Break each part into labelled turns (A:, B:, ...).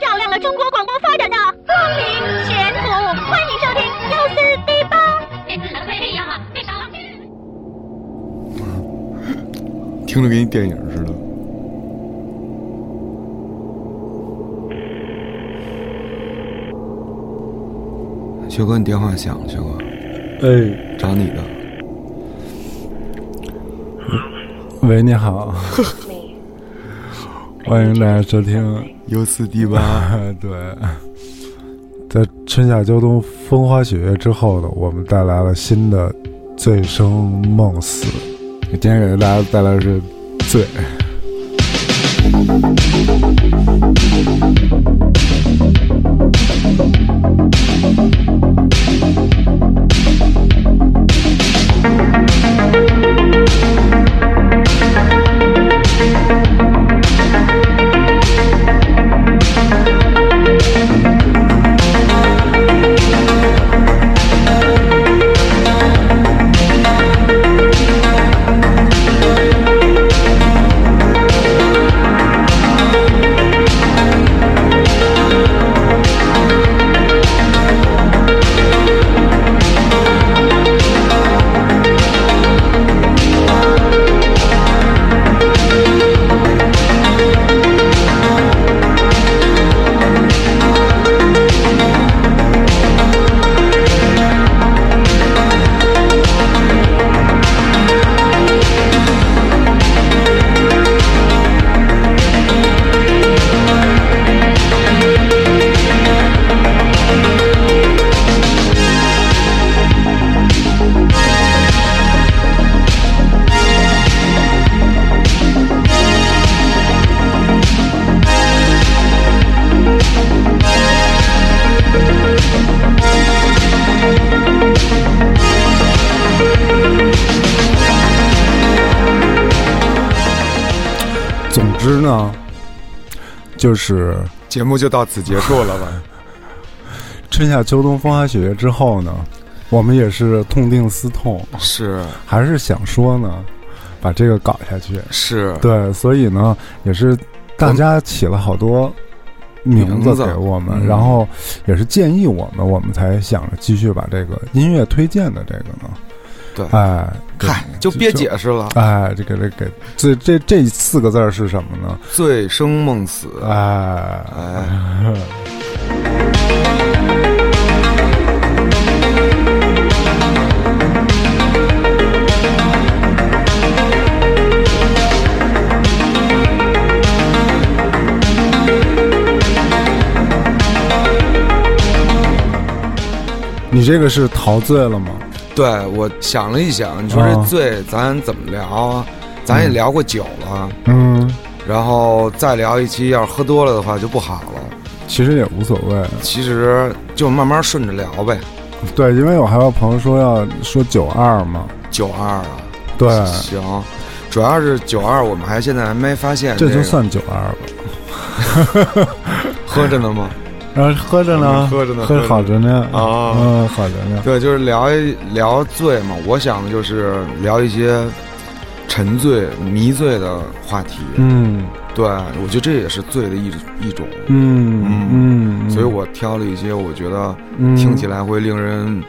A: 亮了中国广播发展的光明前途。欢迎收听幺四 D 八。
B: 听着跟一电影似的。修哥，你电话响，修哥，
C: 哎，
B: 找你的。
C: 喂，你好， 欢迎大家收听。
B: 优四 D 八，
C: 对，在春夏秋冬风花雪月之后呢，我们带来了新的《醉生梦死》。
B: 今天给大家带来的是醉。
C: 总之呢，就是
B: 节目就到此结束了吧？
C: 春夏秋冬风花雪月之后呢，我们也是痛定思痛，
B: 是
C: 还是想说呢，把这个搞下去。
B: 是，
C: 对，所以呢，也是大家起了好多名
B: 名
C: 字
B: 字
C: 给我们，
B: 嗯
C: 然后也是建议我们，我们才想着继续把这个音乐推荐的这个呢，
B: 对
C: 哎，对
B: 嗨，就别解释了，
C: 哎，这个这个这这这四个字儿是什么呢？
B: 醉生梦死。
C: 哎，
B: 哎，
C: 你这个是陶醉了吗？
B: 对我想了一想，你说这
C: 哦
B: 醉咱怎么聊啊？咱也聊过酒了，
C: 嗯，
B: 然后再聊一期，要是喝多了的话就不好了。
C: 其实也无所谓。
B: 其实就慢慢顺着聊呗。
C: 对，因为我还有朋友说要说九二嘛，
B: 九二啊，
C: 对，
B: 行，主要是九二，我们还现在还没发现、
C: 这
B: 个
C: 就算九二吧。
B: 喝着呢吗？
C: 哎然后喝着呢，
B: 嗯喝着呢喝
C: 喝
B: 着
C: 好着呢
B: 哦
C: 嗯，好着呢。
B: 对，就是聊一聊醉嘛。我想的就是聊一些沉醉、迷醉的话题。
C: 嗯
B: 对，我觉得这也是醉的一一种。
C: 嗯嗯，
B: 所以我挑了一些我觉得
C: 嗯
B: 听起，来会令人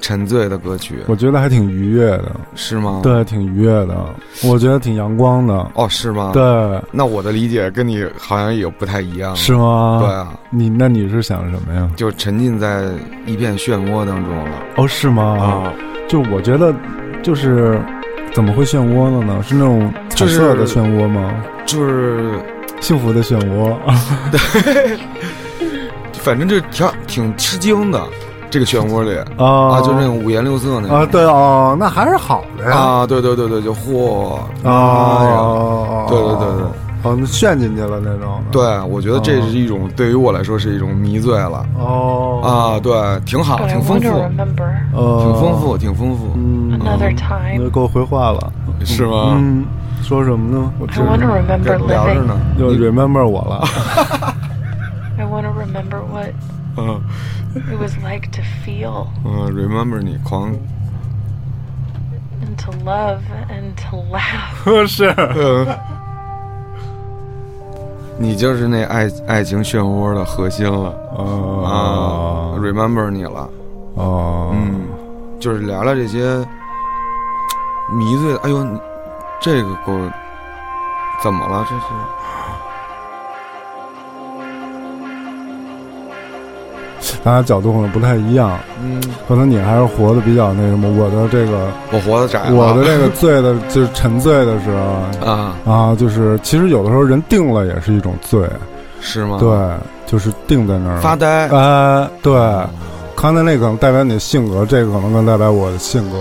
B: 沉醉的歌曲，
C: 我觉得还挺愉悦的，
B: 是吗？。
C: 对，挺愉悦的，我觉得挺阳光的，
B: 哦，是吗？。
C: 对，
B: 那我的理解跟你好像也不太一样。。
C: 是
B: 对
C: 吗？
B: 啊，
C: 对，你那你是想什么呀？
B: 就沉浸在一片漩涡当中了。
C: 哦，是吗？，就我觉得，就是怎么会漩涡了呢？是那种彩
B: 就是
C: 色的漩涡吗？
B: 就是
C: 幸福的漩涡，
B: 啊反正就挺挺吃惊的，这个漩涡里
C: 啊
B: 啊，就那种五颜六色那
C: 啊，
B: 种
C: 对哦，那还是好的呀。
B: 啊，对对对对，就嚯啊，
C: 哦，
B: 对对对对。
C: 哦，那陷进去了那种。
B: 对，，我觉得这是一种对于我来说是一种迷醉了
C: 哦
B: 啊，，对，挺好，
D: But I
B: 挺丰
D: want
B: 富
D: to，remember
C: 呃，
B: 挺丰富，挺丰富，
C: 嗯，那
D: another time.
C: 给我回话了，
B: 是吗？
C: 嗯，说什么呢？
B: 我
D: I want to
B: 这
D: remember
B: 聊着
D: living.
B: 呢，
C: 就 remember 我了，
D: I want to remember what
B: 嗯
D: it was like to feel
B: 嗯，remember 你狂，
D: and to love and to laugh.
C: 是
B: 嗯，你就是那爱爱情漩涡的核心了啊
C: 啊
B: ，remember 你了，
C: 啊，
B: 嗯，就是聊聊这些迷醉的。哎呦，你这个狗怎么了？这是
C: 大家角度可能不太一样，
B: 嗯，
C: 可能你还是活得比较那什么。我的这个，
B: 我活的窄了，
C: 我的这个醉的，就是沉醉的时候
B: 啊，
C: 啊，就是其实有的时候人定了也是一种醉，
B: 是吗？，
C: 对，就是定在那儿了
B: 发 呆。
C: 哎，对，刚才那个可能代表你的性格，这个可能更代表我的性格。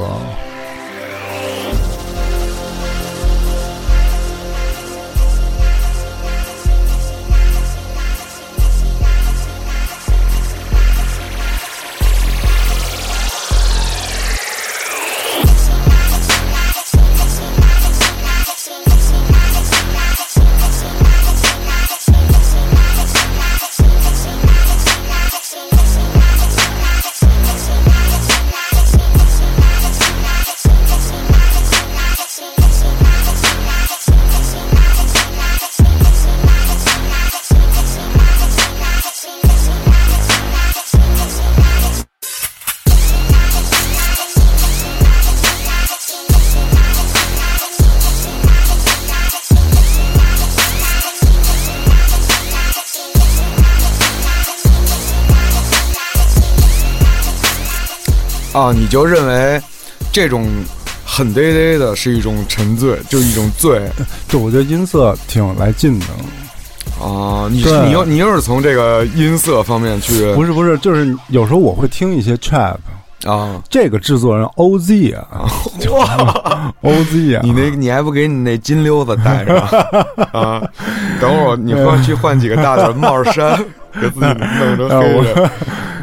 B: 啊，你就认为这种很嘚嘚的是一种沉醉，就是一种醉
C: 就我觉得音色挺来劲的，
B: 啊？你
C: 对
B: 你又你又是从这个音色方面去
C: 不是不是，就是有时候我会听一些 trap，
B: 啊？
C: 这个制作人 OZ 啊
B: 哇，
C: ，OZ 啊，
B: 你那你还不给你那金溜子戴上 啊？等会儿你换去换几个大 点儿帽衫，给自己弄成
C: 啊
B: 黑
C: 我
B: 人。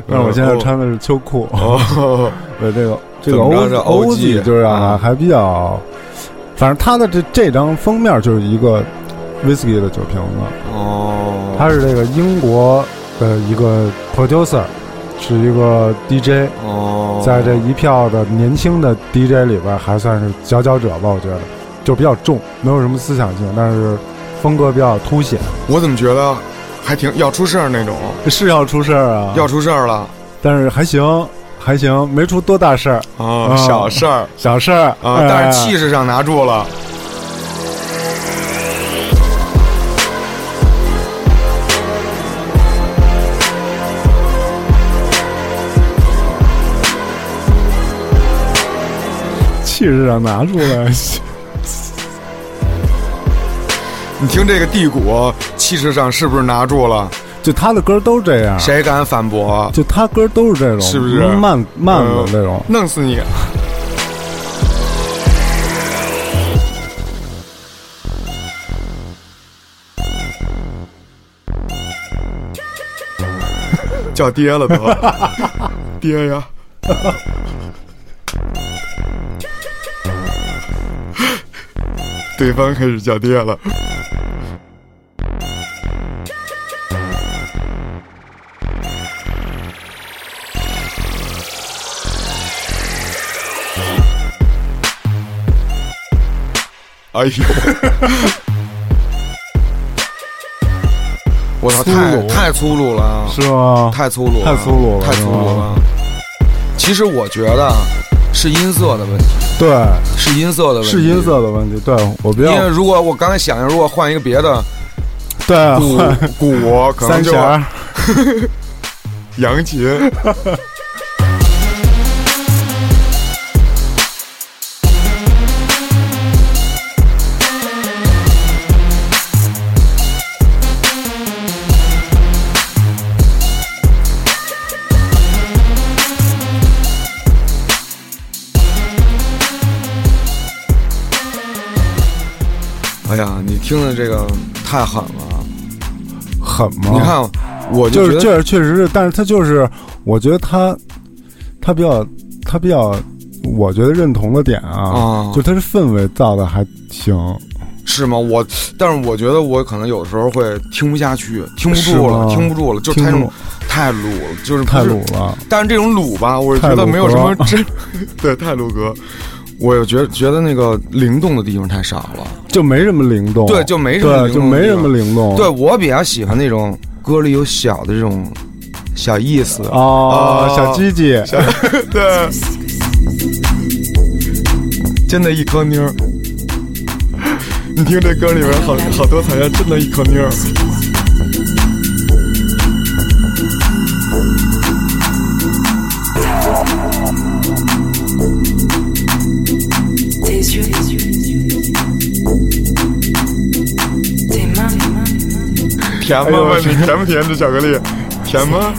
C: 但是我现在穿的是秋裤，
B: 哦，
C: 对这个这
B: 怎
C: 个
B: 么
C: O
B: 着这 OG
C: OZ 就是啊
B: 啊，
C: 还比较，反正他的这这张封面就是一个 whisky 的酒瓶子，
B: 哦，
C: 他是这个英国的一个 producer，是一个 DJ，
B: 哦，
C: 在这一票的年轻的 DJ 里边还算是佼佼者吧，我觉得就比较重，没有什么思想性，但是风格比较凸显，
B: 我怎么觉得还挺要出事儿那种，
C: 是要出事儿啊，
B: 要，出事儿了
C: 但是还行，还行，没出多大事儿，
B: 啊，
C: 啊
B: 小事儿。
C: 小事儿
B: 啊，
C: 哎
B: 但是气势上拿住了。
C: 气势上拿出来，
B: 你听这个地鼓，气势上是不是拿住了？
C: 就他的歌都这样，
B: 谁敢反驳？
C: 就他歌都是这种，
B: 是不是嗯
C: 慢慢的那种？
B: 弄死你！叫爹了 都，爹呀！对方开始叫爹了。哎呦！我操，太
C: 粗鲁
B: 太粗鲁了，
C: 是吗？
B: 太粗鲁了，
C: 太粗鲁了
B: 太粗鲁了。其实我觉得是音色的问题，
C: 对，
B: 是音色的问题，
C: 是音。色的问题。对我比较
B: 因为如果我刚才想，如果换一个别的
C: 对
B: 鼓
C: 啊换
B: 鼓，可能
C: 三
B: 就
C: 弦儿，
B: 扬琴。哎呀，你听的这个太狠了！
C: 狠吗？
B: 你看，我
C: 哦就
B: 觉
C: 是
B: 得
C: 这确实是，但是他就是，我觉得他他比较他比较，我觉得认同的点啊，
B: 啊，
C: 就他的氛围造的还行，
B: 是吗？我，但是我觉得我可能有时候会听不下去，听不
C: 是
B: 住
C: 吗
B: 了，听不住了，就是
C: 听
B: 太那
C: 着
B: 种太鲁了，就是不
C: 太
B: 是
C: 鲁了，
B: 但是这种鲁吧，我是
C: 太
B: 觉得
C: 鲁格
B: 没有什么真，对，太鲁格，我又觉得觉得那个灵动的地方太少了。
C: 就没什么灵动，
B: 对就没什么
C: 哦对
B: 灵动
C: 就没什么灵动，
B: 对我比较喜欢那种歌里有小的这种小意思啊。
C: 哦
B: 啊，
C: 小鸡鸡，
B: 对，真的一颗妞儿。你听这歌里边好好多词儿，真的一颗妞儿。
E: tes yeux, tes mains,
B: 甜吗？问你甜不甜？这巧克力甜吗？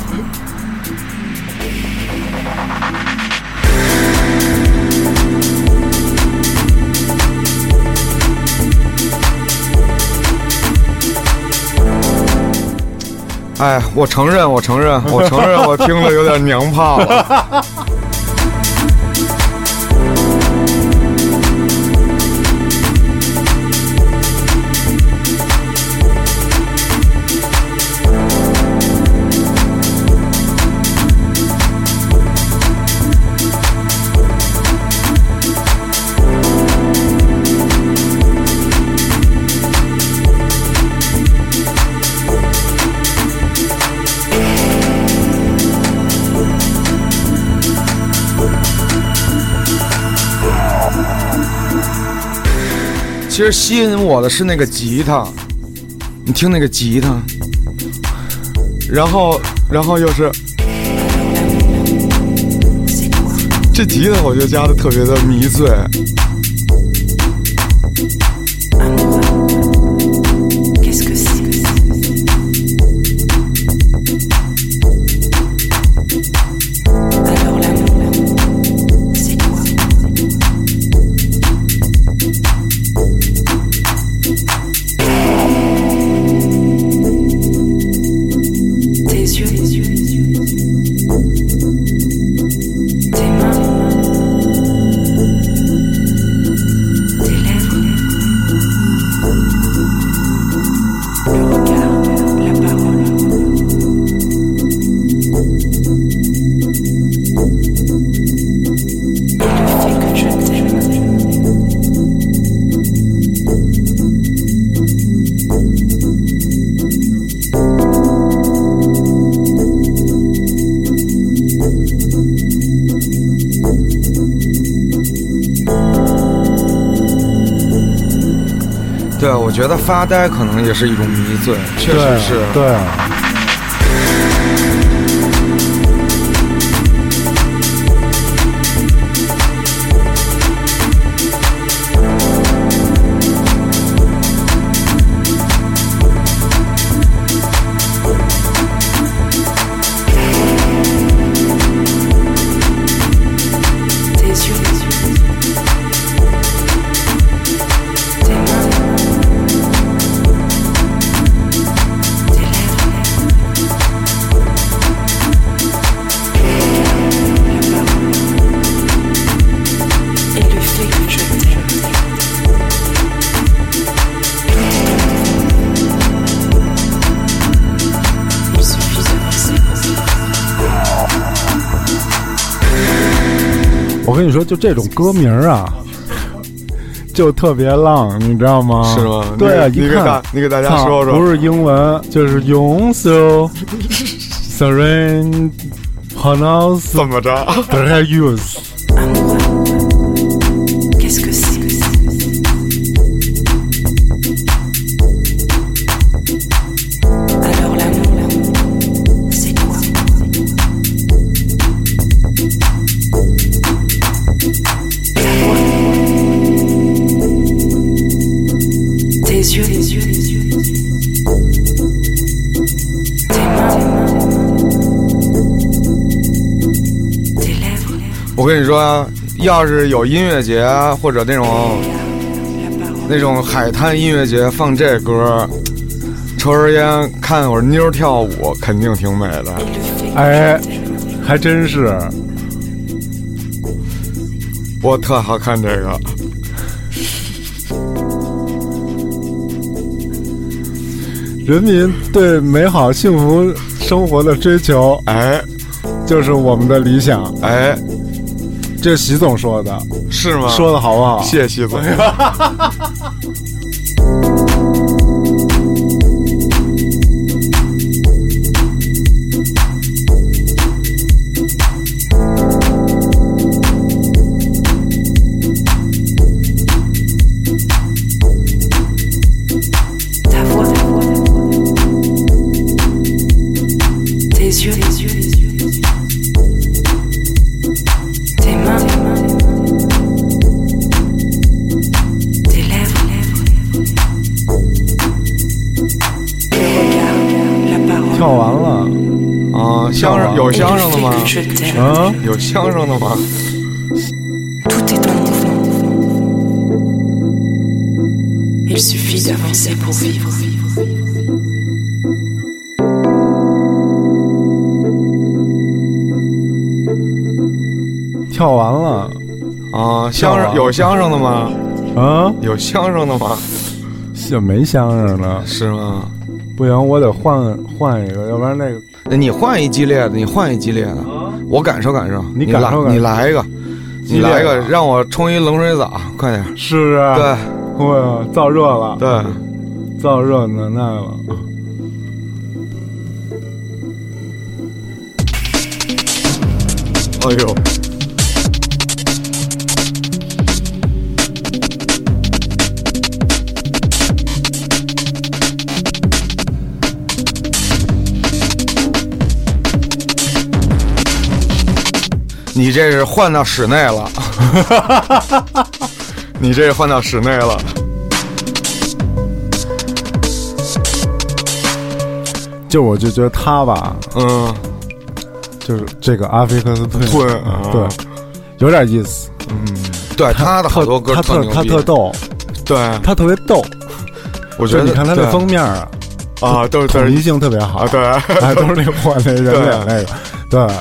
B: 哎，我承认，我承 认，我承认，我听了有点娘炮 了。其实吸引我的是那个吉他，你听那个吉他，然后，然后又是
E: c'est quoi
B: 这吉他，我觉得加的特别的迷醉。
E: Amour, qu'est-ce que c'est Alors l'amour, c'est quoi Tes yeux, tes mains, tes lèvres. Le regard, la parole. Et le fait que je t'aime.
B: 对，我觉得发呆可能也是一种迷醉，确
C: 对
B: 实是。
C: 对，
E: Tes yeux, tes mains, tes lèvres, la parole et le fait que je t'aime. Il suffit d'avancer pour ça.
C: 我跟你说，就这种歌名儿啊，就特别浪，你知道吗？
B: 是吗
C: 对啊，
B: 你给
C: 一
B: 你给大
C: 看，
B: 你给大家
C: 操
B: 说说
C: 不是英文就是 永久，serin pronounce
B: 怎么着？
C: the use。
E: Amour, qu'est-ce que c'est Alors l'amour, c'est quoi Tes yeux, tes yeux, tes yeux, tes mains, tes lèvres.
B: 我跟你说啊，要是有音乐节啊或者那种那种海滩音乐节放这歌，抽根烟看会儿妞儿跳舞，肯定挺美的。
C: 哎，还真是，
B: 我特好看这个。
C: 人民对美好幸福生活的追求，
B: 哎
C: 就是我们的理想。
B: 哎，
C: 这是习总说的，
B: 是吗？
C: 说的好不好？哎
B: 谢谢习总。
E: Ta voix, ta voix, ta voix. Tes yeux, tes yeux, tes yeux. Tes mains, tes mains, tes mains. Tes lèvres, lèvres, lèvres. Le regard, la parole.
C: 跳完了，
B: 啊，相声有
E: Et
B: 相
E: le
B: 声的
E: fait
B: 吗？
E: que je t'aime.
C: 啊，
B: 有相声的吗？
E: Tout est en mouvement. Il suffit d'avancer pour vivre.
C: 跳完了，
B: 啊，相声有相声的吗？
C: 啊，
B: 有相声的吗？
C: 这没相声呢，
B: 是吗？
C: 不行，我得换换一个，要不然那个
B: 那你换一激烈的，你换一激烈的，我感受感受。
C: 你
B: 你
C: 感
B: 来
C: 受感受啊
B: 你来一个，
C: 激
B: 你
C: 烈的
B: 来一个，让我冲一冷水澡，快点儿。
C: 是不是？
B: 对
C: 哎呀，燥热了，
B: 啊对，
C: 燥热难耐了。
B: 哎呦，你这是换到室内 了，你这是换到室内了。
C: 就我就觉得他吧，
B: 嗯，
C: 就是这个阿菲克斯
B: 对
C: 吞，对，有点意思。
B: 对，他啊的好
C: 特
B: 多歌
C: 他
B: 特
C: 特
B: 牛
C: 他
B: 逼
C: 特逗，
B: 对，
C: 他特别逗。
B: 我
C: 我
B: 觉得
C: 你看他
B: 对
C: 那封面啊，
B: 啊，都是都
C: 统一
B: 是
C: 性特别好
B: 啊，，对，
C: 哎，都是那换那人脸那个，对。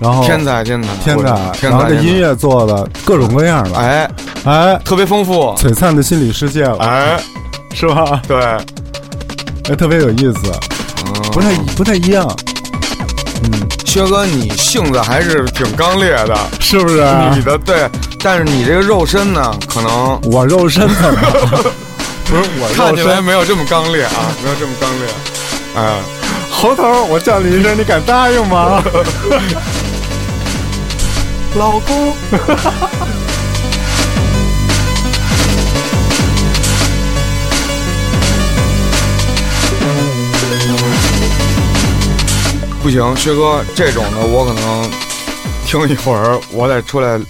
C: 然后
B: 天才天才
C: 哦天
B: 我
C: 才，
B: 天
C: 然后
B: 才
C: 这音
B: 乐
C: 乐做的各种各样的，
B: 哎
C: 哎，
B: 特别丰富，
C: 璀璨的心理世界了，
B: 哎，
C: 是吧？
B: 对，
C: 哎，特别有意思，
B: 哦
C: 不太不太一样，
B: 薛哥你性子还是挺刚烈的，
C: 是不是？
B: 你的对，但是你这个肉身呢，可能
C: 我啊肉身怎么了？ 不是我
B: 看
C: 肉
B: 起来
C: 身，
B: 没有这么刚烈啊，没有这么刚烈，哎，
C: 猴头，我叫你一声，你敢答 应吗？
B: 老公，不行，薛哥这种的我可能听一会儿，我得出来，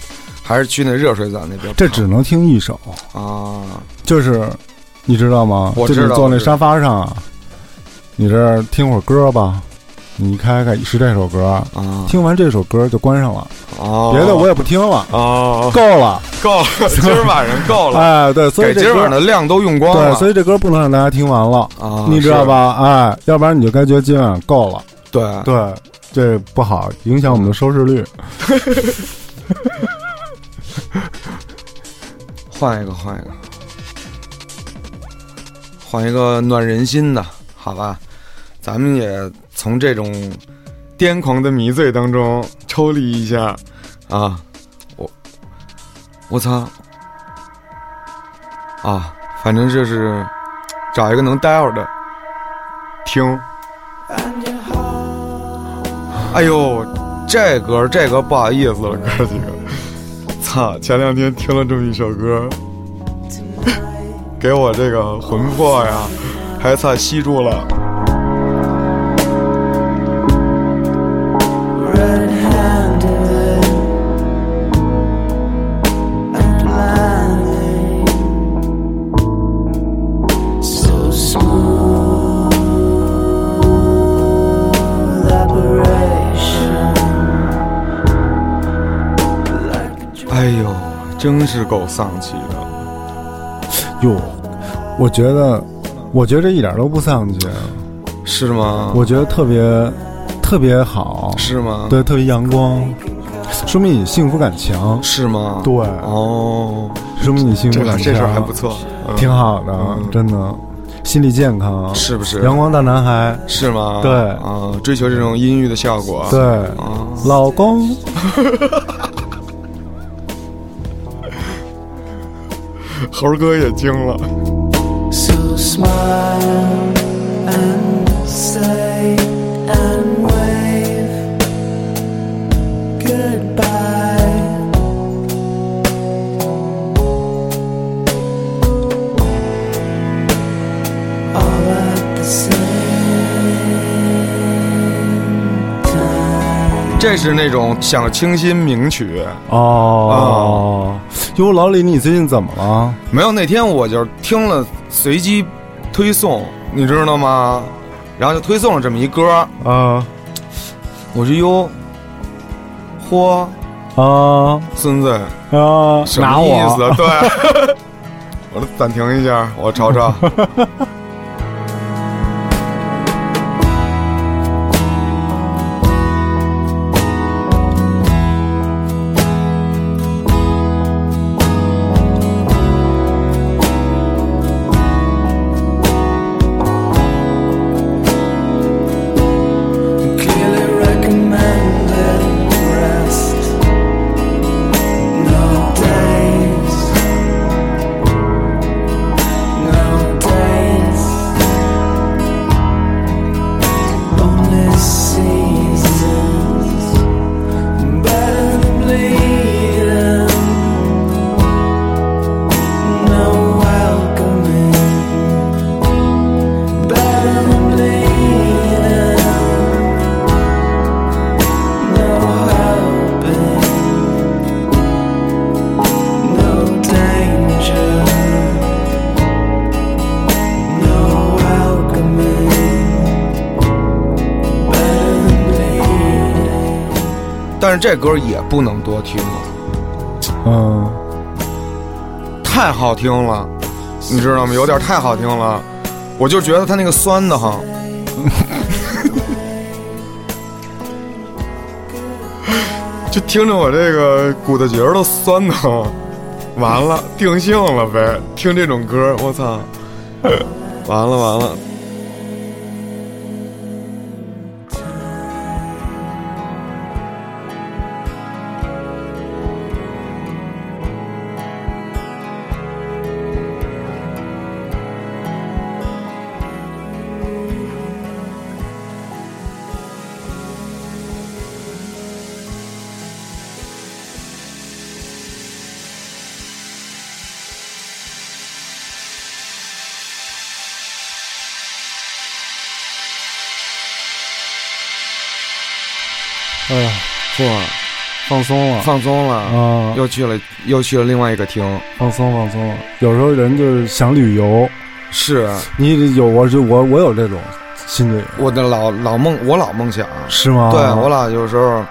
B: 还是去那热水澡那边。
C: 这只能听一首，
B: 啊，
C: 就是你知道吗？
B: 我
C: 就
B: 知
C: 是
B: 道
C: 坐那
B: 我知道
C: 沙发上啊，你这儿听会儿歌吧，你开开是这首歌，
B: 啊
C: 听完这首歌就关上了，
B: 哦，
C: 别的我也不听了，
B: 哦
C: 够了。
B: 够了，今儿晚上够了，
C: 哎，对，所
B: 哦给
C: 以
B: 今
C: 这
B: 儿晚上
C: 歌
B: 的量都用光
C: 对，
B: 了。
C: 所以这歌不能让大家听完了，
B: 啊，
C: 你知道
B: 是？啊
C: 吧？哎，要不然你就该觉得今晚够了。
B: 对，
C: 对，这不好，影响我们的收视率。
B: 换一个，换一个，换一个暖人心的，好吧？咱们也从这种癫狂的迷醉当中抽离一下啊！我我操啊！反正就是找一个能待会儿的听。哎呦，这歌这歌不好意思了，哥几个。操！前两天听了这么一首歌，给我这个魂魄呀，还差吸住了。哎呦，真是够丧气的。
C: 哟，我觉得，我觉得这一点都不丧气，
B: 是吗？
C: 我觉得特别特别好，
B: 是吗？，
C: 对，特别阳光，说明你幸福感强，
B: 是吗？
C: 对
B: 哦，
C: 说明你幸福
B: 这
C: 感
B: 个
C: 强，
B: 这事儿还不，错，嗯
C: 啊挺好的，
B: 嗯
C: 真的，心理健康，
B: 是不是？
C: 阳光大男孩，
B: 是吗？
C: 对
B: 啊，追求这哦种阴郁的效果。
C: 对，
B: 啊，
C: 老公，
B: 猴哥也惊了。
F: So smile and say and wave goodbye. All at the same time.
B: 这是那种想清新名曲，
C: 哦，哟，老李，你最近怎么了？
B: 没有那天我就听了随机推送，你知道吗？然后就推送了这么一歌，呃
C: 啊
B: 我说哟，嚯，
C: 啊
B: 孙子，
C: 啊！
B: 什么意思？对， 我说暂停一下，我瞅瞅。
F: Clearly recommended rest. No days. No days. Only seasons. Better than bleeding. No welcoming. Better than bleeding. No helping, no danger, no welcoming, better than bleeding.
B: 但是这歌也不能多听，啊
C: 嗯，
B: 太好听了，你知道吗？有点太好听了，我就觉得它那个酸的哈。 就听着我这个骨头节儿都酸的，完了定性了呗。听这种歌，我操，完了完了。
C: 哎呀，坐了，放松了，
B: 放松了，
C: 啊，
B: 又去了又去了另外一个厅，
C: 放松放松了。有时候人就是想旅游，
B: 是
C: 你有我就我我有这种心理，
B: 我的老老梦，我老梦想，
C: 是吗？
B: 对我老有时候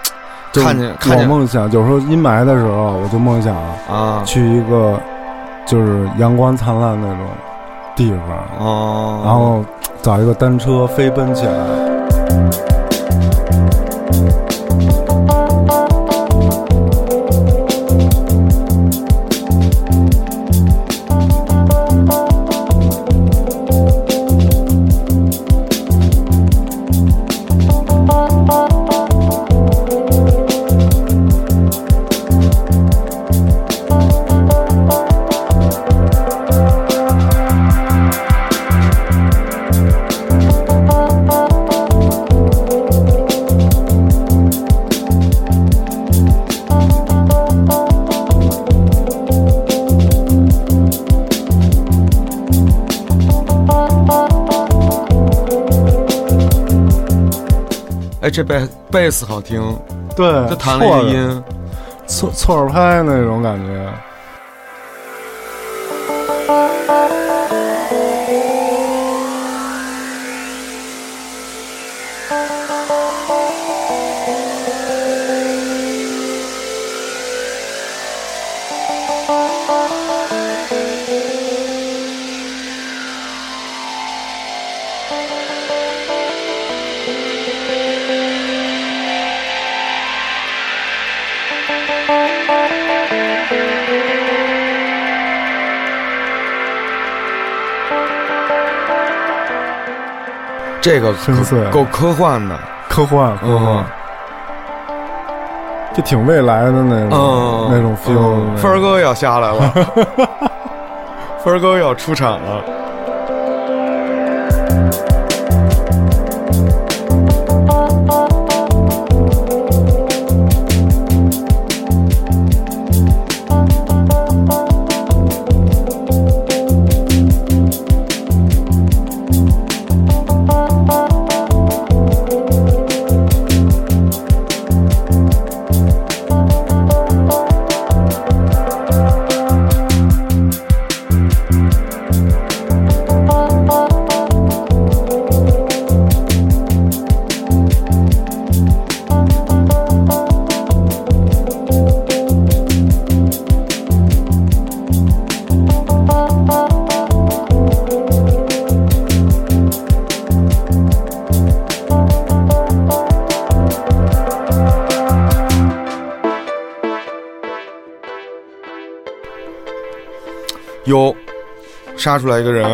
C: 就
B: 看见看
C: 老
B: 见
C: 哦梦想，有时候阴霾的时候，我就梦想
B: 啊，
C: 去一个就是阳光灿烂那种地方，
B: 哦，
C: 然后找一个单车飞奔起来。
B: 哎，这贝贝斯好听，
C: 对，
B: 就弹了一个音，
C: 错错着拍那种感觉。
B: 这个
C: 深邃
B: 可够科幻的，
C: 科幻，科幻，
B: 嗯
C: 就挺未来的那
B: 嗯，
C: 种、嗯那种 feel 的那种。
B: 嗯分儿哥要下来了，儿哥要出场了。哟，杀出来一个人，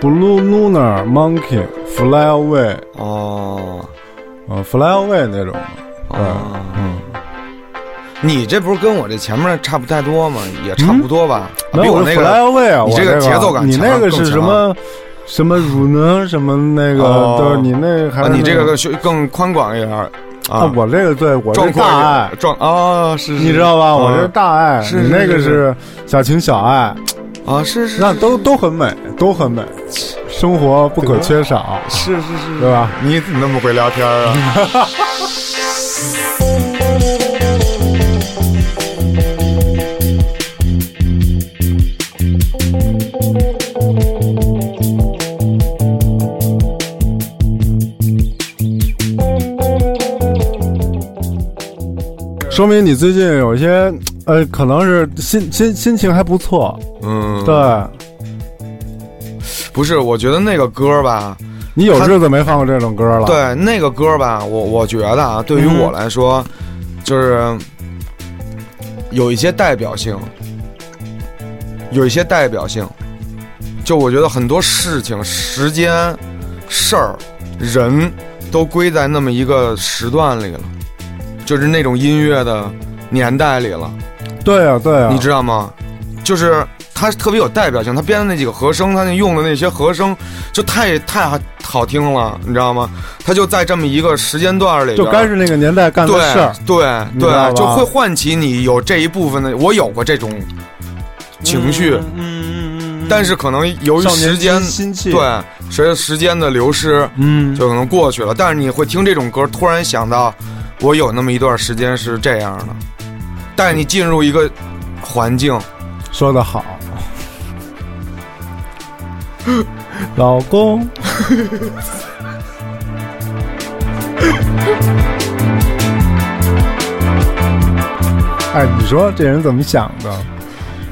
C: Blue Lunar Monkey Fly Away，
B: 哦，
C: 啊 f l y Away 那种的，对，
B: 哦
C: 嗯，
B: 你这不是跟我这前面差不太多吗？也差不多吧，啊比
C: 嗯没有
B: 我
C: 我
B: 那
C: Fly
B: 个
C: Away 啊，
B: 你
C: 我
B: 这个
C: 个
B: 节奏感
C: 你
B: 强
C: 那个是
B: 更强啊
C: 什么？什么汝能什么那
B: 哦
C: 个，对，你那个还
B: 啊，
C: 是
B: 你这
C: 那
B: 个更更宽广一点儿啊
C: 啊，，我这个对我
B: 壮
C: 这
B: 阔一
C: 大
B: 点
C: 爱
B: 儿，，壮啊，是是
C: 你知道吧？
B: 嗯
C: 我这是大爱，
B: 是是
C: 你那个
B: 是
C: 是小情小爱，
B: 啊，是是
C: 那都都很美，都很美，生活不可缺少，
B: 是是是，
C: 对吧？
B: 你怎么那么会聊天儿啊？
C: 说明你最近有一些呃，可能是心心心情还不错，
B: 嗯，
C: 对，
B: 不是，我觉得那个歌儿吧，
C: 你有日子没放过这种歌了，，
B: 对那个歌儿吧，我我觉得啊，对于
C: 嗯
B: 我来说，就是有一些代表性，有一些代表性。就我觉得很多事情、时间、事儿、人都归在那么一个时段里了，就是那种音乐的年代里了。
C: 对啊，对啊，
B: 你知道吗？就是他特别有代表性，他编的那几个和声，他那用的那些和声，就太太好听了，你知道吗？他就在这么一个时间段里边，
C: 就该是那个年代干的
B: 对
C: 事儿，
B: 对
C: 你知道吧
B: 对，就会唤起你有这一部分的。我有过这种情绪，
C: 嗯
B: 但是可能由于
C: 少年
B: 时间
C: 心，心气，
B: 对，随着时间的流失，
C: 嗯，
B: 就可能过去了。但是你会听这种歌，突然想到，我有那么一段时间是这样的，带你进入一个环境。
C: 说的好，老公，哎，你说这人怎么想的？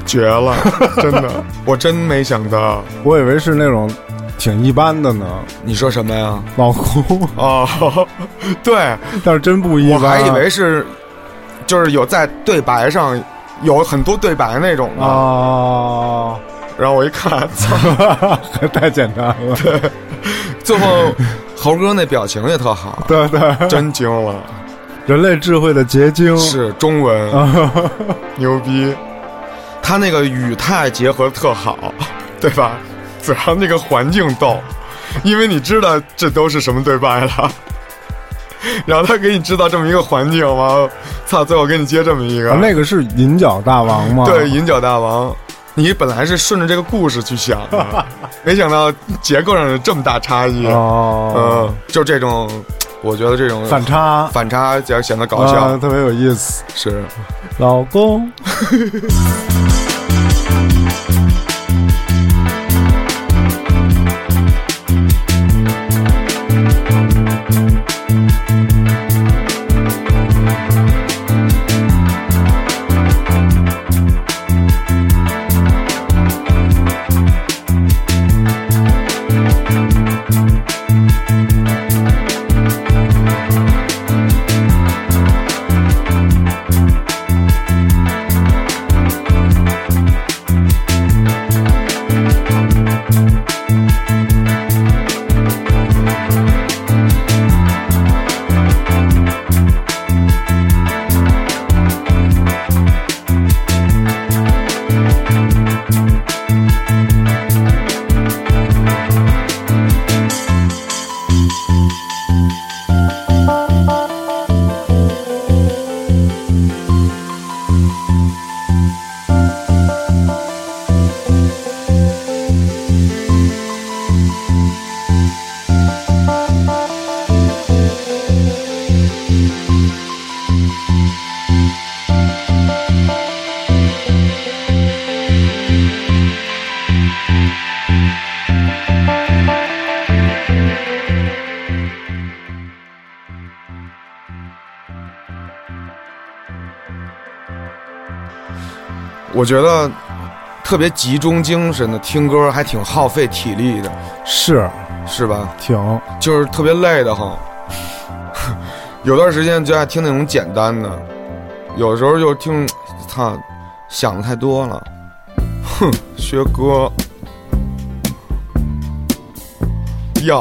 B: 绝 了，真的，我真没想到。
C: 我以为是那种挺一般的呢，
B: 你说什么呀？
C: 老公，
B: 哦， 对，
C: 但是真不一
B: 我
C: 般。
B: 还以为是，就是有在对白上有很多对白那种的。
C: 啊，
B: 然后我一看，操，
C: 太简单了。
B: 最后猴哥那表情也特好，
C: 对对，
B: 真惊了，
C: 人类智慧的结晶
B: 是中文，
C: 啊，
B: 牛逼。他那个语态结合的特好， 对吧？主要那个环境逗，因为你知道这都是什么对白了。 然后他给你制造这么一个环境，完了，操，最后给你接这么一个，
C: 啊那个是银角大王吗？
B: 对《银角大王》，你本来是顺着这个故事去想的， 没想到结构上有这么大差异。
C: 哦，
B: 嗯，就这种，我觉得这种
C: 反差，
B: 反差就显得搞笑，
C: 啊特别有意思。
B: 是
C: 老公，
B: 啊、我觉得特别集中精神的听歌还挺耗费体力的，
C: 是
B: 是吧？
C: 挺
B: 就是特别累的很。 有段时间就爱听那种简单的，有时候就听，操，想的太多了。 哼，学歌，呀，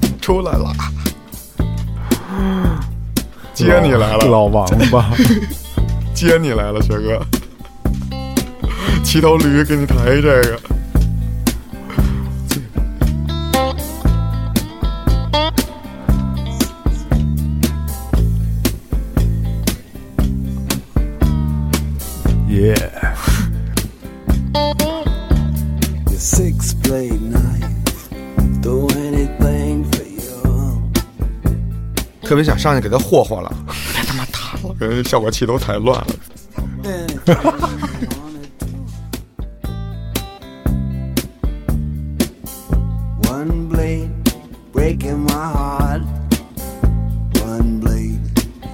B: 你出来了，接你来了，
C: 老王八，
B: 接你来了，学哥。骑头驴给你抬一这个。
C: 耶、
F: Your six blade knife, do anything for you.
B: 特别想上去给他霍霍了，别他妈弹了，感觉效果器都太乱了。
F: Anything you wanna do. One blade breaking my heart. One blade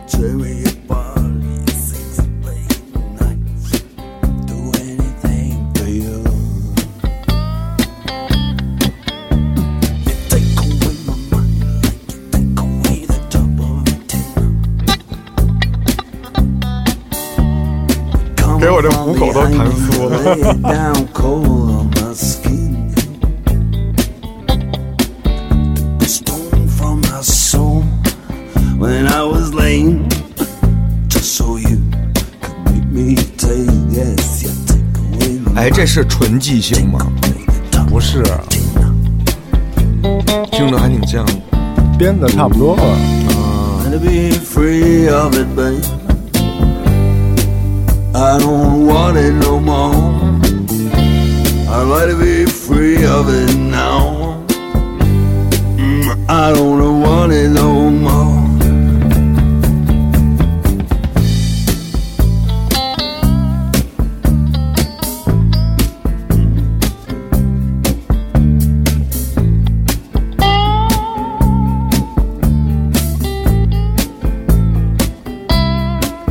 F: tearing me apart. Your six blade knife, do anything for you. You take away my mind like you take away the top of a tin.
B: 给我这虎口都弹酥了。
F: Down cold on my skin. The stone from my soul when I was lame. Just so you could make me take. Yes, you take away my
B: 哎，这是纯即兴吗？
C: 不是
B: 听着还挺像。
C: 编的差不多了，
F: And to be free of it, babe. I don't want it no more. I'd like to be free of it now. Mm, I don't want it no more.
B: Hãy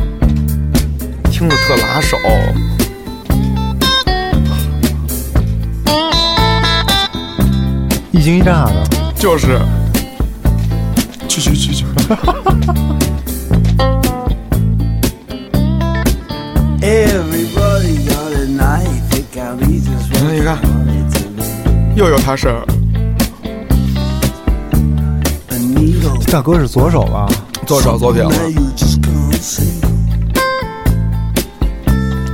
B: subscribe cho kênh Ghiền Mì Gõ Để không bỏ lỡ
C: 一惊一乍的。
B: 就是，去去去去。
F: Everybody got a knife. Think I'll be just what
B: 你看，
F: they wanted to be.
B: 又有他声儿，
F: A needle.
C: 大哥是左手吧？
B: 左手左撇子
F: Now you just can't see.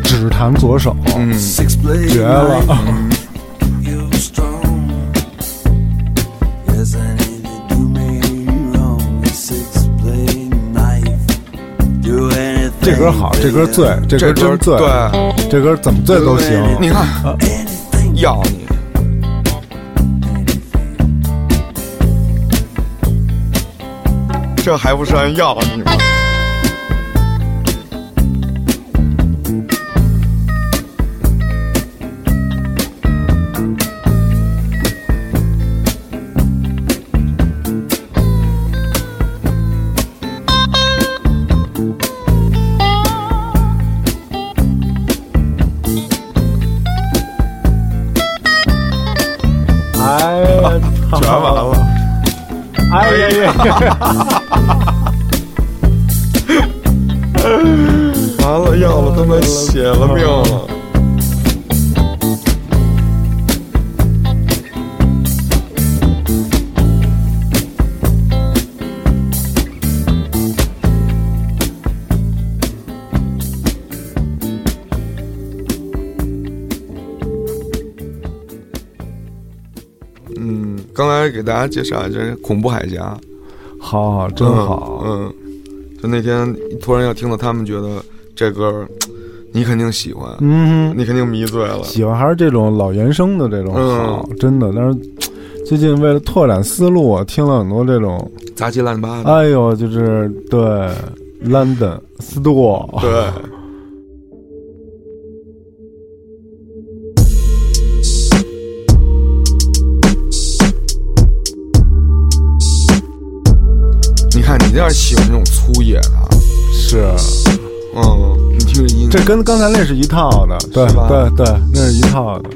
C: 只弹左手，
B: 嗯，
F: Six blade
C: 绝了
F: knife.！You're strong. Yes, I need to do me wrong. A six-blade knife. Do anything.
C: 这歌好，这歌醉，这
B: 嗯
C: 歌
B: 这歌
C: 真醉，
B: 对，
C: 这歌怎么醉都行。
B: 你看
F: Anything.
B: 要你，这还不是按要你吗？
C: 哎呀，操
B: 全完了，
C: 哎呀呀！
B: 完了，要了，他妈血了命了。嗯，刚才给大家介绍一下《恐怖海峡》，
C: 好好，真好。
B: 嗯，嗯就那天突然又听到他们觉得这歌儿，你肯定喜欢，
C: 嗯，
B: 你肯定迷醉了。
C: 喜欢还是这种老原声的这种好，真的。但是最近为了拓展思路，我听了很多这种，
B: 杂七乱八的，
C: 哎呦，就是对 London s t o r
B: 对，你看，你这样喜欢这种粗野的啊，
C: 是
B: 嗯，你听对音，
C: 这跟刚才那是一套的，对
B: 是吧
C: 对对，那是一套的。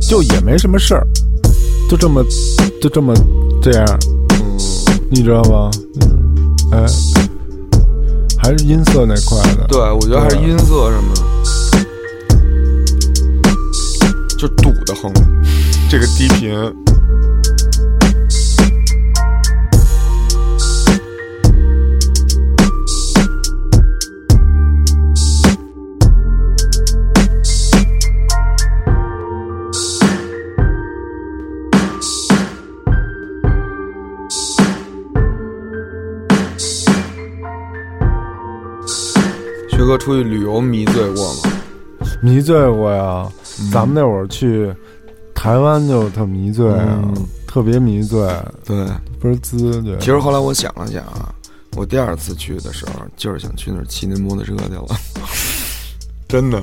C: 就也没什么事儿，就这么就这么这样，
B: 嗯
C: 你知道吗？哎，还是音色那块的，
B: 对，我觉得还是音色什么的，就堵得慌，这个低频。学哥出去旅游迷醉过吗？
C: 迷醉过呀。
B: 嗯
C: 咱们那会儿去台湾就特迷醉啊，
B: 嗯
C: 特别迷醉，
B: 对，
C: 不是滋对。
B: 其实后来我想了想啊，我第二次去的时候就是想去那儿骑那摩托车去了， 真的。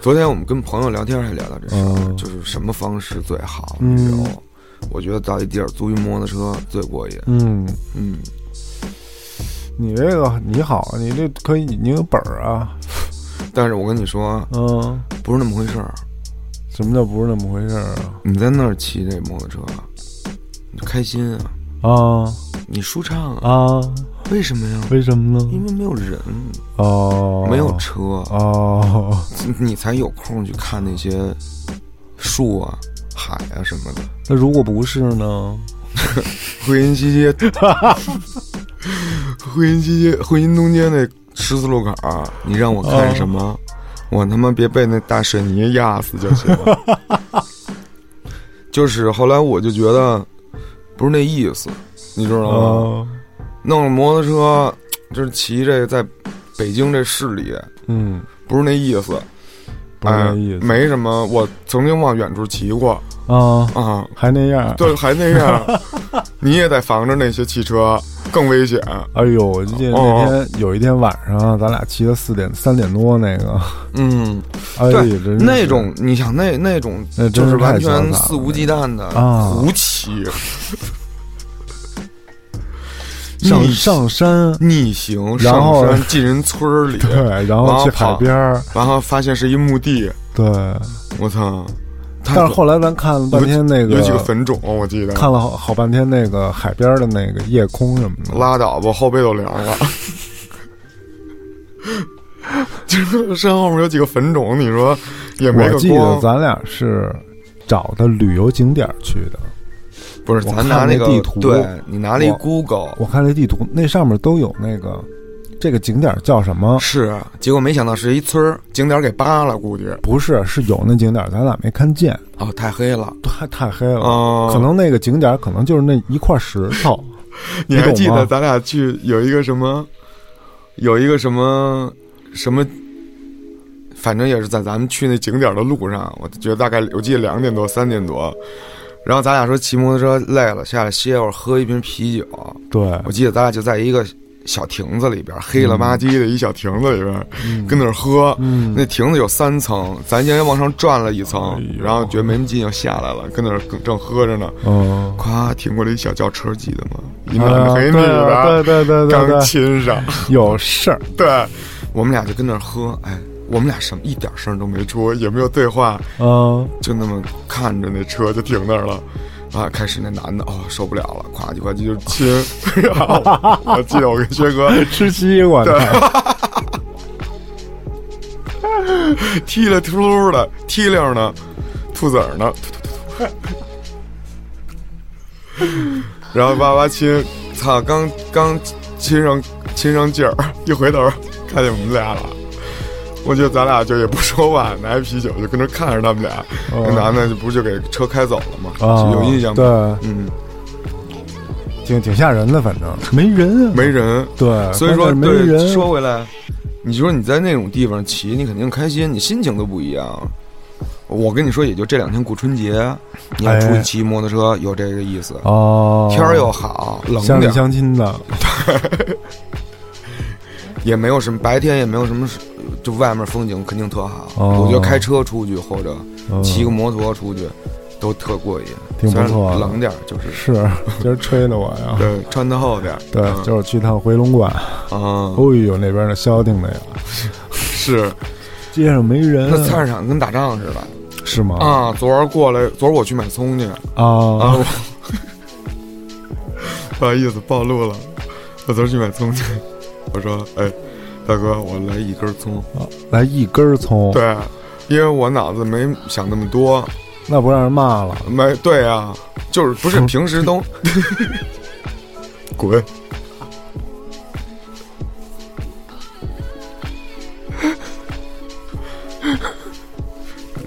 B: 昨天我们跟朋友聊天还聊到这事儿，
C: 嗯
B: 就是什么方式最好
C: 嗯
B: 旅游。我觉得到一地儿租一摩托车最过瘾。
C: 嗯，
B: 嗯，
C: 你这个你好，你这可以，你有本儿啊，
B: 但是我跟你说，啊
C: 嗯，
B: 不是那么回事儿。
C: 什么叫不是那么回事儿
B: 你在那儿骑那摩托车，啊你开心啊，
C: 啊？
B: 你舒畅
C: 啊
B: 啊？
C: 啊，
B: 为什么呀？
C: 为什么呢？
B: 因为没有人，
C: 哦，
B: 没有车，
C: 哦，
B: 你才有空去看那些树啊、海啊什么的。
C: 那如果不是呢？
B: 汇银西街， 汇银西街，汇银东街那十字路口儿，啊你让我看什么？
C: 哦
B: 我他妈别被那大水泥压死就行了。 就是后来我就觉得不是那意思，你知道吗？
C: 啊，
B: 弄了摩托车，就是骑这个在北京这市里，
C: 嗯，
B: 不是那意思。
C: 不是那意
B: 哎
C: 思
B: 没什么。我曾经往远处骑过
C: 啊，
B: 啊，
C: 还那样。
B: 对，还那 样，你也得防着那些汽车，更危险。
C: 哎呦，我记得
B: 哦
C: 那天有一天晚上，咱俩骑到四点三点多那个，
B: 嗯，
C: 哎
B: 对
C: 呦，真是
B: 那种你想那那种
C: 那真
B: 就是是完
C: 太潇洒
B: 全
C: 了
B: 肆无忌惮的
C: 啊
B: 胡骑、
C: 上
B: 逆
C: 上山，
B: 逆行，
C: 然
B: 上
C: 后
B: 山进人村儿里，
C: 对，然后去海边儿，
B: 然后发现是一墓地，
C: 对。
B: 我操！太
C: 但是
B: 可
C: 后来咱看了半天那
B: 有几个坟冢，我记得。
C: 看了好好半天那个海边儿的那个夜空什么的，
B: 拉倒吧，后背都凉了。 就是山后面有几个坟冢，你说也没
C: 我
B: 个
C: 记得
B: 光。
C: 咱俩是找的旅游景点儿去的。
B: 不是，
C: 我
B: 咱
C: 看
B: 拿
C: 那
B: 个
C: 地图
B: 对你拿了一
C: 我
B: Google，
C: 我看那地图，那上面都有那个这个景点儿叫什么？
B: 是，结果没想到是一村儿，景点儿给扒了，估计
C: 不是，是有那景点儿，咱俩没看见，
B: 哦，太黑了。
C: 太太黑了。
B: 哦
C: 可能那个景点儿可能就是那一块石头，
B: 你还记
C: 懂
B: 得
C: 吗
B: 咱俩去有一个什么，有一个什么什么，反正也是在咱们去那景点的路上，我觉得大概我记得两点多三点多，然后咱俩说骑摩托车累了下来歇会儿，喝一瓶啤酒。
C: 对，
B: 我记得咱俩就在一个小亭子里边，黑了吧唧的一小亭子里边，
C: 嗯
B: 跟那儿喝。那亭子有三层，咱先往上转了一
C: 哎
B: 层，然后觉得没什么劲，又下来了，跟那儿正正喝着呢。
C: 嗯，
B: 夸停过来一小轿车，记得吗？一
C: 啊
B: 男黑女
C: 对对
B: 的，
C: 对对对
B: 刚
C: 对，
B: 亲上。
C: 有事儿，
B: 对，我们俩就跟那儿喝，哎，我们俩什么一点声都没出，也没有对话，
C: 嗯，
B: 就那么看着那车就停那儿了。啊，开始那男的哦受不了了，夸叽夸叽就亲， 然后我记得我跟薛哥
C: 吃西瓜呢，
B: 踢了秃噜的，踢溜呢，兔子儿呢，突突突突 然后哇哇亲，操，刚刚亲上亲上劲儿， 一回头看见我们俩了。我觉得咱俩就也不说话，拿一啤酒就跟那看着他们俩，那男的就不是就给车开走了吗？
C: 啊
B: 有印象
C: 对
B: 吗？，嗯，
C: 挺挺吓人的，反正没人 啊，
B: 没人，
C: 对，
B: 所以说
C: 关键是没
B: 对，
C: 人，
B: 说回来，你说你在那种地方骑，你肯定开心，你心情都不一样。我跟你说，也就这两天过春节，你要出去
C: 哎
B: 骑摩托车，有这个意思。
C: 哦，
B: 天儿又好，冷
C: 相
B: 点
C: 亲
B: 儿，
C: 相亲的，
B: 也没有什么白天也没有什么事，就外面风景肯定特好。
C: 哦
B: 我觉得开车出去或者
C: 嗯
B: 骑个摩托出去，都特过瘾，
C: 挺不错啊
B: 虽然
C: 的
B: 冷点儿就是，
C: 是，今儿吹的我呀。
B: 对，穿的厚点儿，
C: 对，
B: 嗯
C: 就是去趟回龙观，
B: 啊，
C: 哦呦，那边的消停的呀，
B: 是
C: 街上没人
B: 那菜市场跟打仗似的
C: 是吗？
B: 啊。昨儿过来，昨儿我去买葱去，啊，
C: 啊，
B: 我 不好意思暴露了，我昨儿去买葱去，我说，哎，大哥，我来一根葱。
C: 来一根儿葱，
B: 对，因为我脑子没想那么多，
C: 那不让人骂了。
B: 没对啊，就是不是平时都滚。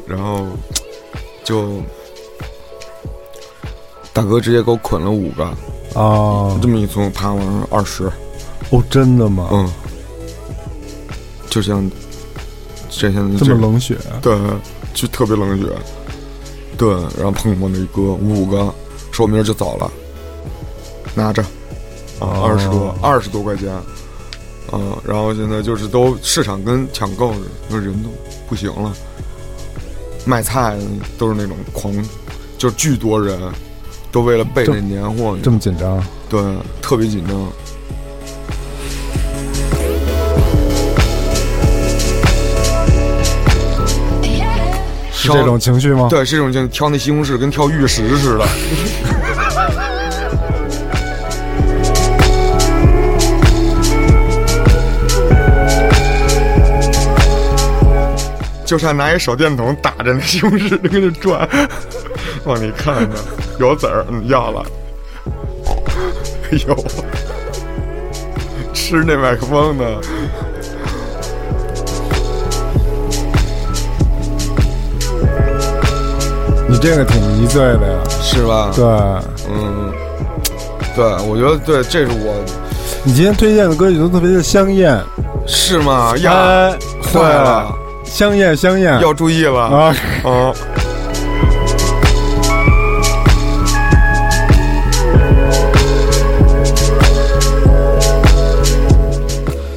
B: 然后就大哥直接给我捆了五个，
C: 啊，
B: 这么一从啪往上二十，
C: 哦，真的吗？
B: 嗯，就像这像
C: 这么冷血，
B: 对，就特别冷血。对，然后碰碰那一哥五个，说我明儿就走了，拿着，啊，二十
C: 哦
B: 多二十多块钱，嗯、然后现在就是都市场跟抢购似的，那人都不行了，卖菜都是那种狂，就是巨多人，都为了备
C: 这
B: 那年货，
C: 这么紧张，
B: 对，特别紧张。
C: 是这种情绪吗？
B: 对，这种就挑那西红柿跟挑玉石似的。 就差拿一手电筒打着那西红柿，跟那转， 往里看看，有籽儿，嗯要了。 哎呦，吃那麦克风呢？
C: 你这个挺迷醉的呀。
B: 是吧？
C: 对，
B: 嗯，对，我觉得对，这是我
C: 你今天推荐的歌曲都特别的香艳，
B: 是吗？呀，
C: 哎，
B: 坏了，
C: 香艳香艳，
B: 要注意了
C: 啊，
B: 哦，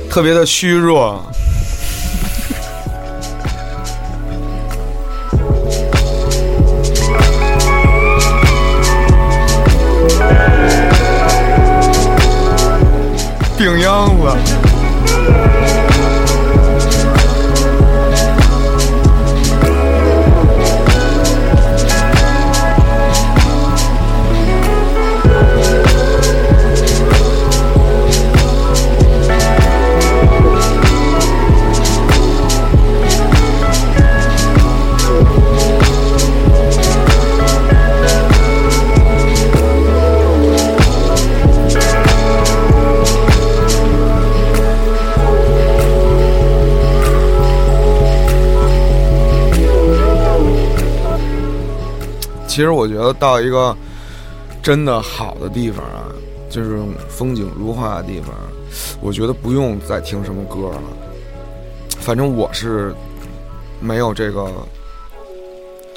B: 特别的虚弱。病秧子，其实我觉得到一个真的好的地方啊，就是风景如画的地方，我觉得不用再听什么歌了。反正我是没有这个，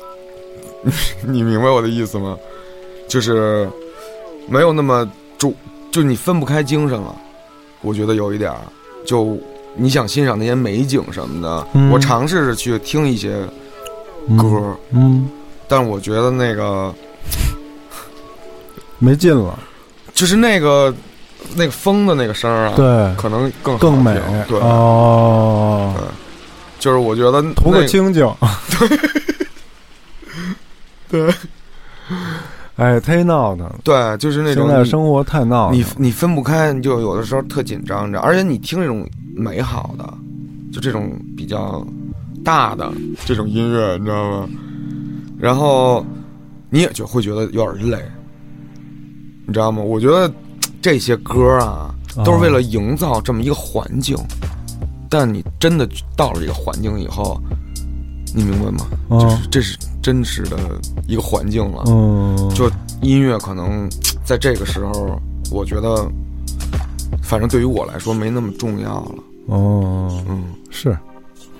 B: 你明白我的意思吗？就是没有那么注，就你分不开精神了。我觉得有一点儿，就你想欣赏那些美景什么的，
C: 嗯
B: 我尝试着去听一些
C: 嗯
B: 歌。，
C: 嗯，
B: 但我觉得那个
C: 没劲了，
B: 就是那个那个风的那个声儿啊，，
C: 对，
B: 可能更好
C: 更美啊
B: 听，对，
C: 哦，
B: 就是我觉得
C: 图
B: 那
C: 个清静，
B: 对
C: 哎，忒闹腾了，
B: 对，就是那
C: 现
B: 种
C: 在生活太闹腾
B: 你
C: 了，
B: 你分不开，你就有的时候特紧张着，而且你听这种美好的，就这种比较大的这种音乐，你知道吗？然后你也就会觉得有点累，你知道吗？我觉得这些歌啊，都是为了营造这么一个环境，但你真的到了这个环境以后，你明白吗？
C: 嗯
B: 就是这是真实的一个环境了，
C: 嗯，
B: 就音乐可能在这个时候，我觉得，反正对于我来说没那么重要了。
C: 哦，
B: 嗯，
C: 是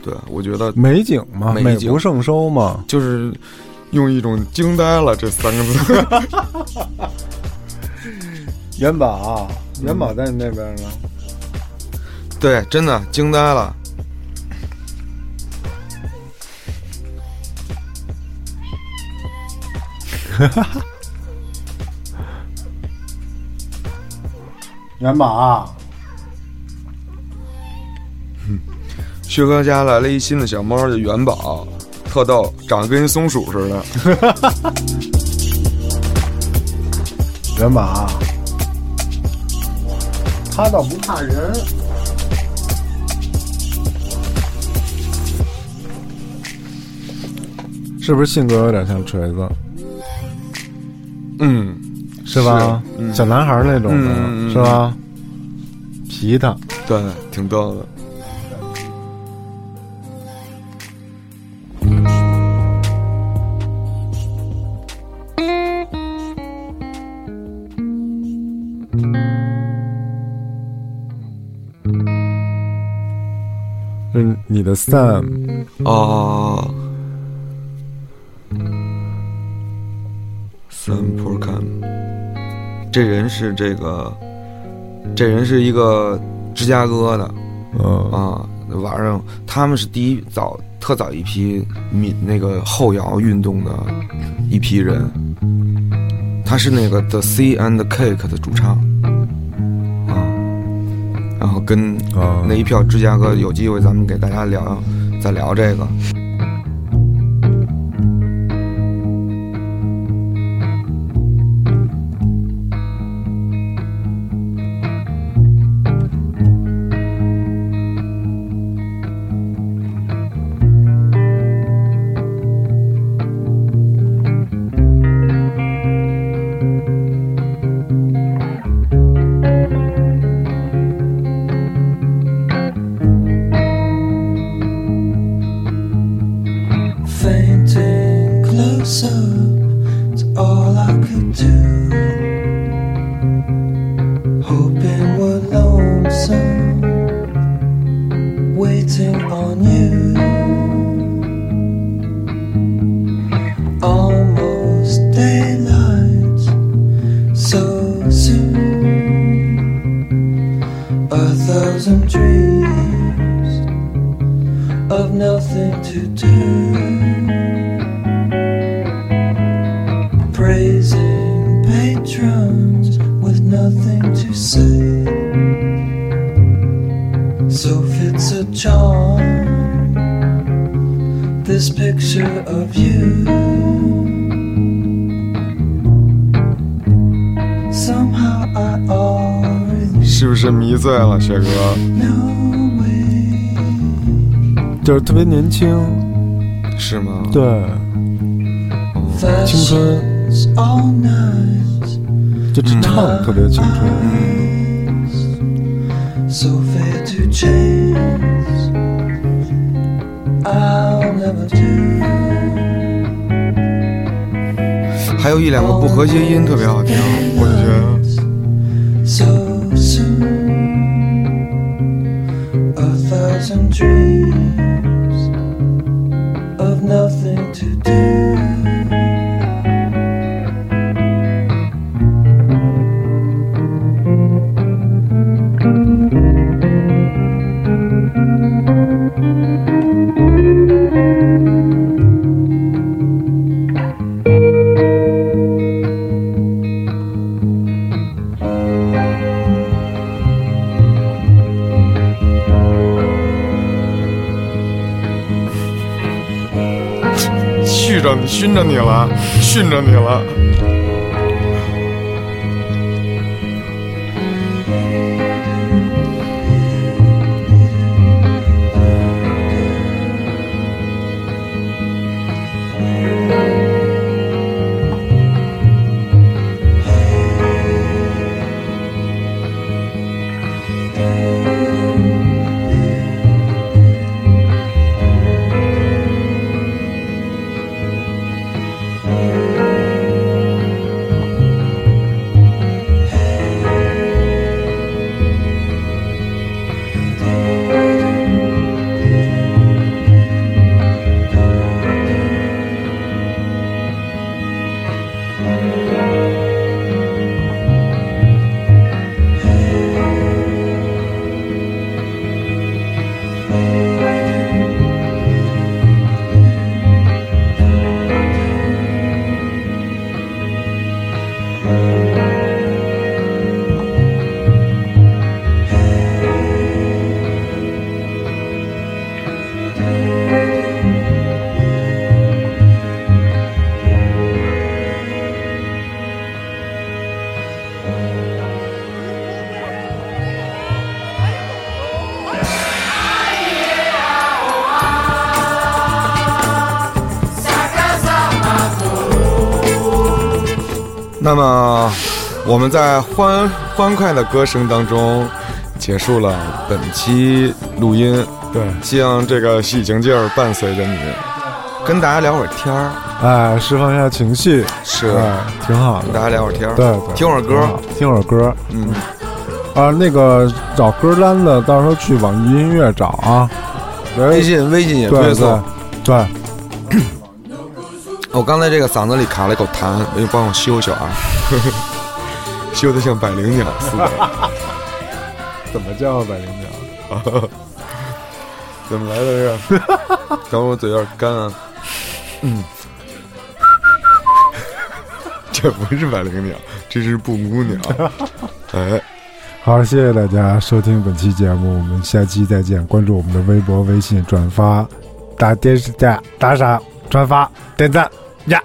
B: 对，我觉得
C: 美景嘛，
B: 美
C: 美
B: 景
C: 不胜收嘛，
B: 就是用一种惊呆了这三个字。
C: 元宝，元宝在你那边呢，
B: 对，真的惊呆了。
G: 元宝，
B: 旭哥家来了一新的小猫，叫元宝，特逗，长得跟一松鼠似的。
G: 元宝，他倒不怕人。是不是性格有点像锤子，
B: 嗯，
G: 是吧？小男孩那种的，
B: 嗯嗯嗯
G: 是吧？皮他，
B: 对，挺逗的。
G: 嗯，你的 Sam，
B: 哦。三浦看，这人是这个，这人是一个芝加哥的
G: 嗯，
B: 啊。晚上他们是第一早特早一批民那个后摇运动的一批人，他是那个 The C and the Cake 的主唱啊，然后跟
G: 啊
B: 那一票芝加哥，有机会咱们给大家聊，再聊这个。
F: Fainting close up to all I could do. Hoping we're lonesome, waiting on you. Almost daylight, so soon. A thousand dreams of nothing to do. Praising patrons with nothing to say. So fits a charm this picture of you. Somehow I already
B: 是不是迷醉了，雪哥？
F: know it.
G: 就是特别年轻，
B: 是吗？
G: 对，
F: Fashions all night.
G: 就
B: 嗯
G: 这唱得特别青春，
F: So fair to change. I'll never do.
B: 还有一两个不和谐音特别好听，我就觉得
F: So soon, a thousand dreams of nothing to do.
B: “续着你，熏着你了，训着你了。那么我们在欢欢快的歌声当中结束了本期录音，
C: 对，
B: 希望这个喜庆劲儿伴随着你，跟大家聊会儿天儿，
C: 哎，释放一下情绪，
B: 是
C: 哎，挺好
B: 跟
C: 的
B: 大。家聊会儿天儿，
C: 对，对
B: 听会儿歌，
C: 挺好听会儿歌
B: 嗯，
C: 啊。那个找歌单的，到时候去网易云音乐找啊。
B: 微
C: 对
B: 信微信也
C: 对
B: 推
C: 对
B: 送。
C: 对，
B: 我刚才这个嗓子里卡了一口痰，你帮我修修啊， 修的像百灵鸟似的。
C: 怎么叫百灵鸟？
B: 怎么来的这？ 等会儿我嘴有点干啊。嗯， 这不是百灵鸟，这是布谷鸟。 哎，
C: 好，谢谢大家收听本期节目，我们下期再见。关注我们的微博、微信，转发、打电视架、打赏、转发、点赞呀。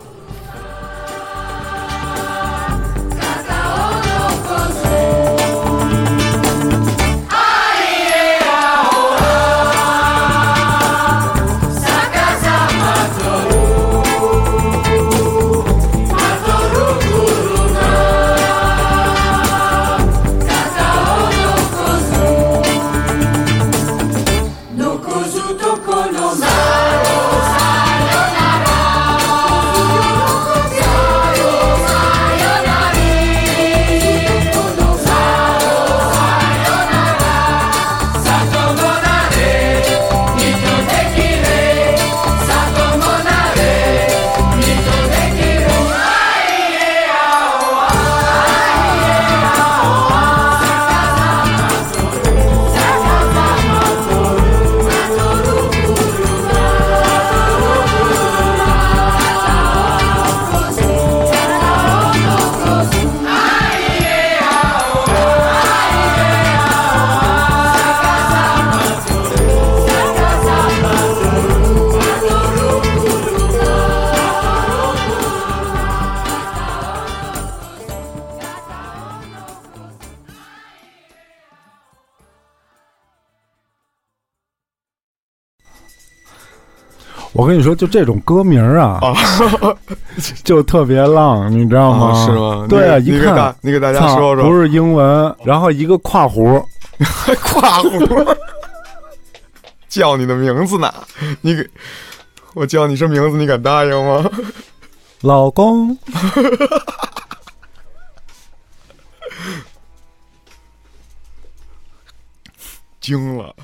C: 我跟你说，就这种歌名儿啊，
B: 哦
C: 就特别浪，你知道吗？
B: 哦是吗？
C: 对啊，
B: 你
C: 一
B: 给
C: 看
B: 大，你给大家
C: 操
B: 说说，
C: 不是英文，然后一个跨弧，
B: 还跨湖，叫你的名字呢？你给我叫你这名字，你敢答应吗？
C: 老公，
B: 惊了。